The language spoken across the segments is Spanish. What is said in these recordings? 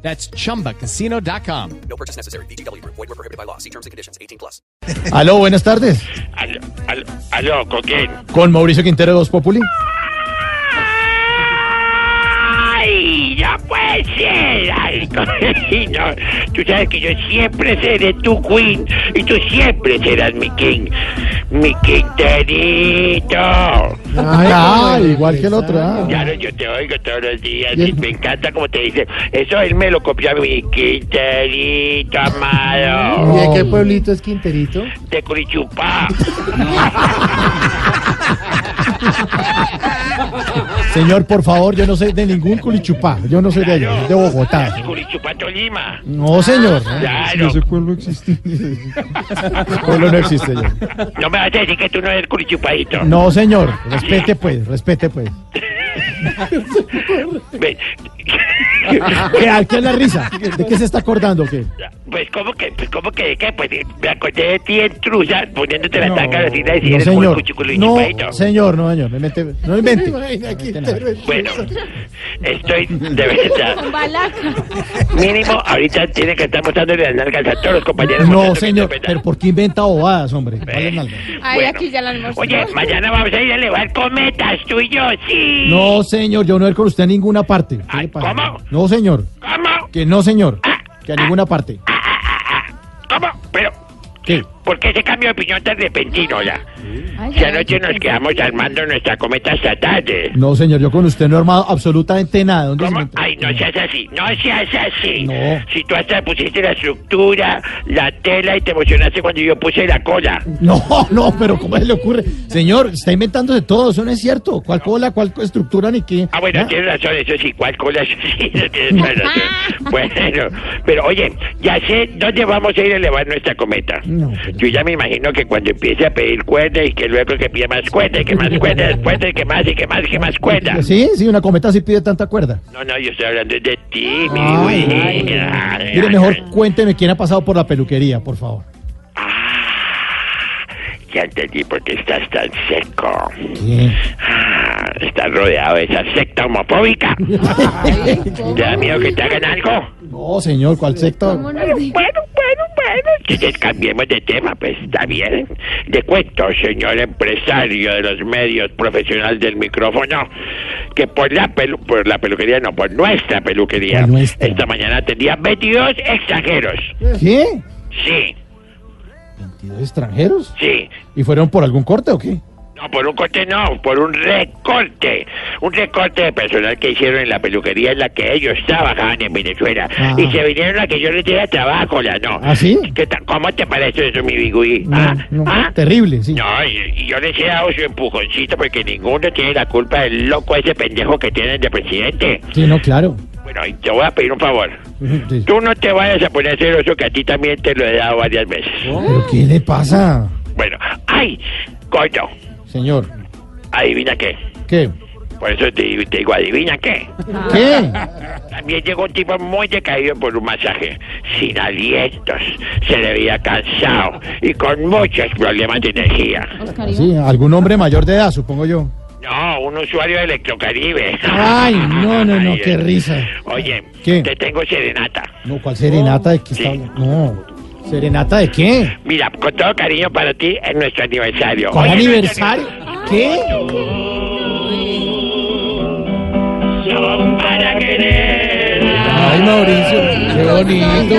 That's chumbacasino.com. No purchase necessary. BGW. Void were prohibited by law. See terms and conditions. 18 plus. Aló, buenas tardes. Aló, aló, aló, ¿con quién? Con Mauricio Quintero de Voz Populi. ¡Ay, ya puede ser! Ay, con- no, tú sabes que yo siempre seré tu queen y tú siempre serás mi king. Mi quinterito. Ah, igual que el otro. ah. Claro, yo te oigo todos los días y me encanta como te dice. Eso él me lo copió a mi quinterito amado. ¿Y de qué pueblito es Quinterito? De Curichupá. ah. Señor, por favor, yo no soy de ningún culichupá. Yo no soy de allá, soy de Bogotá. Curichupá, Tolima. No, señor. Claro. pueblo existe. Ese pueblo no existe ya. No me vas a decir que tú no eres curichupadito. No, señor. Respete, pues, respete, pues. Ve- ¿Qué, al- qué es la risa? ¿De qué se está acordando? o ¿Qué? Pues como que, pues como que, ¿qué? Pues eh, me acordé de ti en truza, poniéndote la taca así de No, decir eres muy señor. cuchuculichupadito. No, señor, no, señor. No invente. No invente. Bueno, estoy de verdad. Mínimo, ahorita tiene que estar mostrándole las nalgas a todos los compañeros. No, pues, mostrando que señor. de verdad. Pero ¿por qué inventa bobadas, hombre? Vale, nalga. Ay, Bueno. aquí ya la almorzó. Oye, mañana vamos a ir a elevar cometas, tú y yo, sí. No, señor. Yo no voy a ir con usted a ninguna parte. ¿Qué Ay, le pasa? ¿cómo? No, señor. ¿Cómo? Que no, señor. Que a ninguna parte. ¿Cómo? Pero, ¿Qué? ¿por qué ese cambio de opinión tan repentino ya? Ay, Si ya anoche la- nos quedamos armando nuestra cometa hasta tarde. No, señor, yo con usted no he armado absolutamente nada. ¿Dónde se ¿Cómo? inventó? Ay, no seas así, no seas así. Pues No. Si tú hasta pusiste la estructura, la tela y te emocionaste cuando yo puse la cola. No, no, pero ¿cómo se le ocurre? Señor, está inventándose todo, eso no es cierto. ¿Cuál cola, cuál estructura, ni qué? Ah, bueno, ¿Ah? tienes razón, eso sí, ¿cuál cola? Eso sí, no tienes toda la razón. Bueno, pero oye, ya sé dónde vamos a ir a elevar nuestra cometa. No, pero- Yo ya me imagino que cuando empiece a pedir cuerda y que luego que pida más cuerda y que más cuerda, después de que más y que más y que más cuerda. Sí, sí, una cometa sí pide tanta cuerda. No, no, yo estoy hablando de ti, mi Ay, güey. Ay, Mire, ay, ay. mejor cuénteme quién ha pasado por la peluquería, por favor. Ya entendí por qué estás tan seco. ¿Quién? Ah, Estás rodeado de esa secta homofóbica. ¿Te da miedo que te hagan algo? No, señor, ¿cuál sector? ¿Cómo nos dijo? Bueno, bueno, bueno. Entonces cambiemos de tema, pues está bien. Le cuento, señor empresario de los medios profesional del micrófono, que por la pelu por la peluquería, no, por nuestra peluquería, Por nuestra. esta mañana atendía 22 extranjeros. ¿Qué? Sí, ¿22 extranjeros? sí. ¿Y fueron por algún corte o qué? No, por un corte no, por un recorte. Un recorte de personal que hicieron en la peluquería en la que ellos trabajaban en Venezuela. Ah. Y se vinieron a que yo les diera trabajo, la no. ¿Ah, sí? ¿Qué tal? ¿Cómo te parece eso, mi bigui? ¿Ah? No, no, ¿Ah? Terrible, sí. No, y- y yo les he dado su empujoncito porque ninguno tiene la culpa del loco ese pendejo que tienen de presidente. Sí, no, claro. Bueno, y te voy a pedir un favor. Sí. Tú no te vayas a poner celoso que a ti también te lo he dado varias veces. ¿Pero qué le pasa, Bueno, ¡ay! Coño, señor? adivina qué. ¿Qué? Por eso te, te digo, adivina qué. ¿Qué? También llegó un tipo muy decaído por un masaje, sin alientos, se le veía cansado y con muchos problemas de energía. Oscar Iván. Sí, algún hombre mayor de edad, supongo yo. No, un usuario de Electrocaribe. Ay, no, no, no, Ay, qué eh. risa. Oye, ¿Qué? te tengo serenata. No, ¿cuál serenata de qué Sí. está hablando? No. ¿Serenata de qué? Mira, con todo cariño para ti, es nuestro aniversario. ¿Cuál Oye, aniversario? ¿Qué? Son para querer. Ay, Mauricio, qué bonito.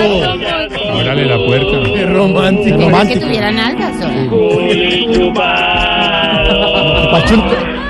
Ábrale la puerta. Qué romántico. Era que Romántico. tuvieran algas, ¿o? Culichupados. Pachulco.